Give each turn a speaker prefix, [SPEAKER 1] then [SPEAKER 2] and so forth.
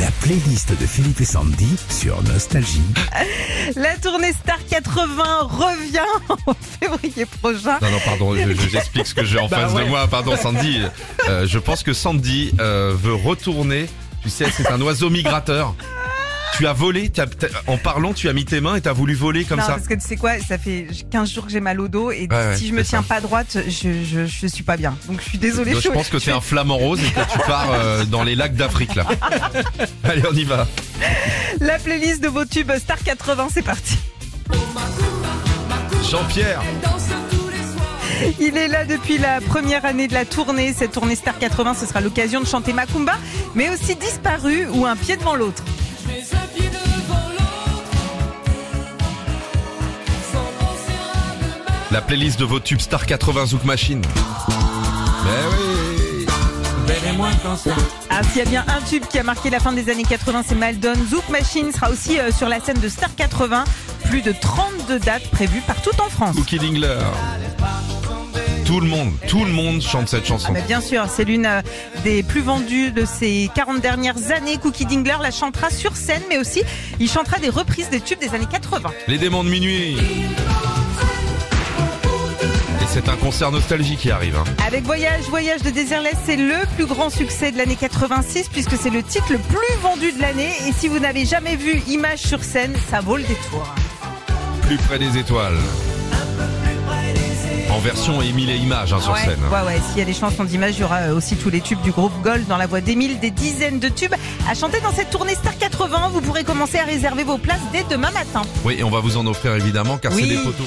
[SPEAKER 1] La playlist de Philippe et Sandy sur Nostalgie.
[SPEAKER 2] La tournée Star 80 revient en février prochain.
[SPEAKER 3] Non, non, pardon, je- je- j'explique ce que j'ai en
[SPEAKER 1] Bah
[SPEAKER 3] face
[SPEAKER 1] ouais.
[SPEAKER 3] de moi. Pardon, Sandy. Euh, je pense que Sandy euh, veut retourner. Tu sais, c'est un oiseau migrateur. Tu as volé, t'as- t'as- en parlant, tu as mis tes mains et t'as voulu voler comme
[SPEAKER 2] non,
[SPEAKER 3] ça.
[SPEAKER 2] parce que tu sais quoi, ça fait 15 jours que j'ai mal au dos et
[SPEAKER 3] Ouais,
[SPEAKER 2] si
[SPEAKER 3] ouais,
[SPEAKER 2] je me
[SPEAKER 3] c'est
[SPEAKER 2] tiens
[SPEAKER 3] ça.
[SPEAKER 2] pas droite, je, je, je suis pas bien. Donc je suis désolée.
[SPEAKER 3] je pense que t'es un flamant rose et que tu pars euh, dans les lacs d'Afrique là. Allez, on y va.
[SPEAKER 2] La playlist de vos tubes Star 80, c'est parti.
[SPEAKER 3] Jean-Pierre,
[SPEAKER 2] Il est là depuis la première année de la tournée. Cette tournée Star 80, ce sera l'occasion de chanter Macumba, mais aussi Disparu ou Un pied devant l'autre.
[SPEAKER 3] la playlist de vos tubes Star 80 Zouk Machine. Ben oui.
[SPEAKER 2] Ah, s'il y a bien un tube qui a marqué la fin des années 80, c'est Maldon. Zouk Machine sera aussi euh, sur la scène de Star 80. Plus de 32 dates prévues partout en France.
[SPEAKER 3] Cookie Dingler. Tout le monde, tout le monde chante cette chanson.
[SPEAKER 2] Mais bien sûr, c'est l'une euh, des plus vendues de ces 40 dernières années. Cookie Dingler la chantera sur scène, mais aussi il chantera des reprises des tubes des années 80.
[SPEAKER 3] Les démons de minuit. Et c'est un concert nostalgie qui arrive. hein.
[SPEAKER 2] Avec Voyage, Voyage de Désirless, c'est le plus grand succès de l'année 86 puisque c'est le titre le plus vendu de l'année. Et si vous n'avez jamais vu Image sur scène, ça vaut le détour.
[SPEAKER 3] Plus près des étoiles. En version Émile et Images hein, sur
[SPEAKER 2] ouais,
[SPEAKER 3] scène. hein.
[SPEAKER 2] ouais, ouais. S'il y a des chansons d'image, il y aura euh, aussi tous les tubes du groupe Gold dans la voix d'Emile, des dizaines de tubes à chanter dans cette tournée Star 80. Vous pourrez commencer à réserver vos places dès demain matin.
[SPEAKER 3] Oui, et on va vous en offrir évidemment car
[SPEAKER 2] Oui.
[SPEAKER 3] c'est des photos.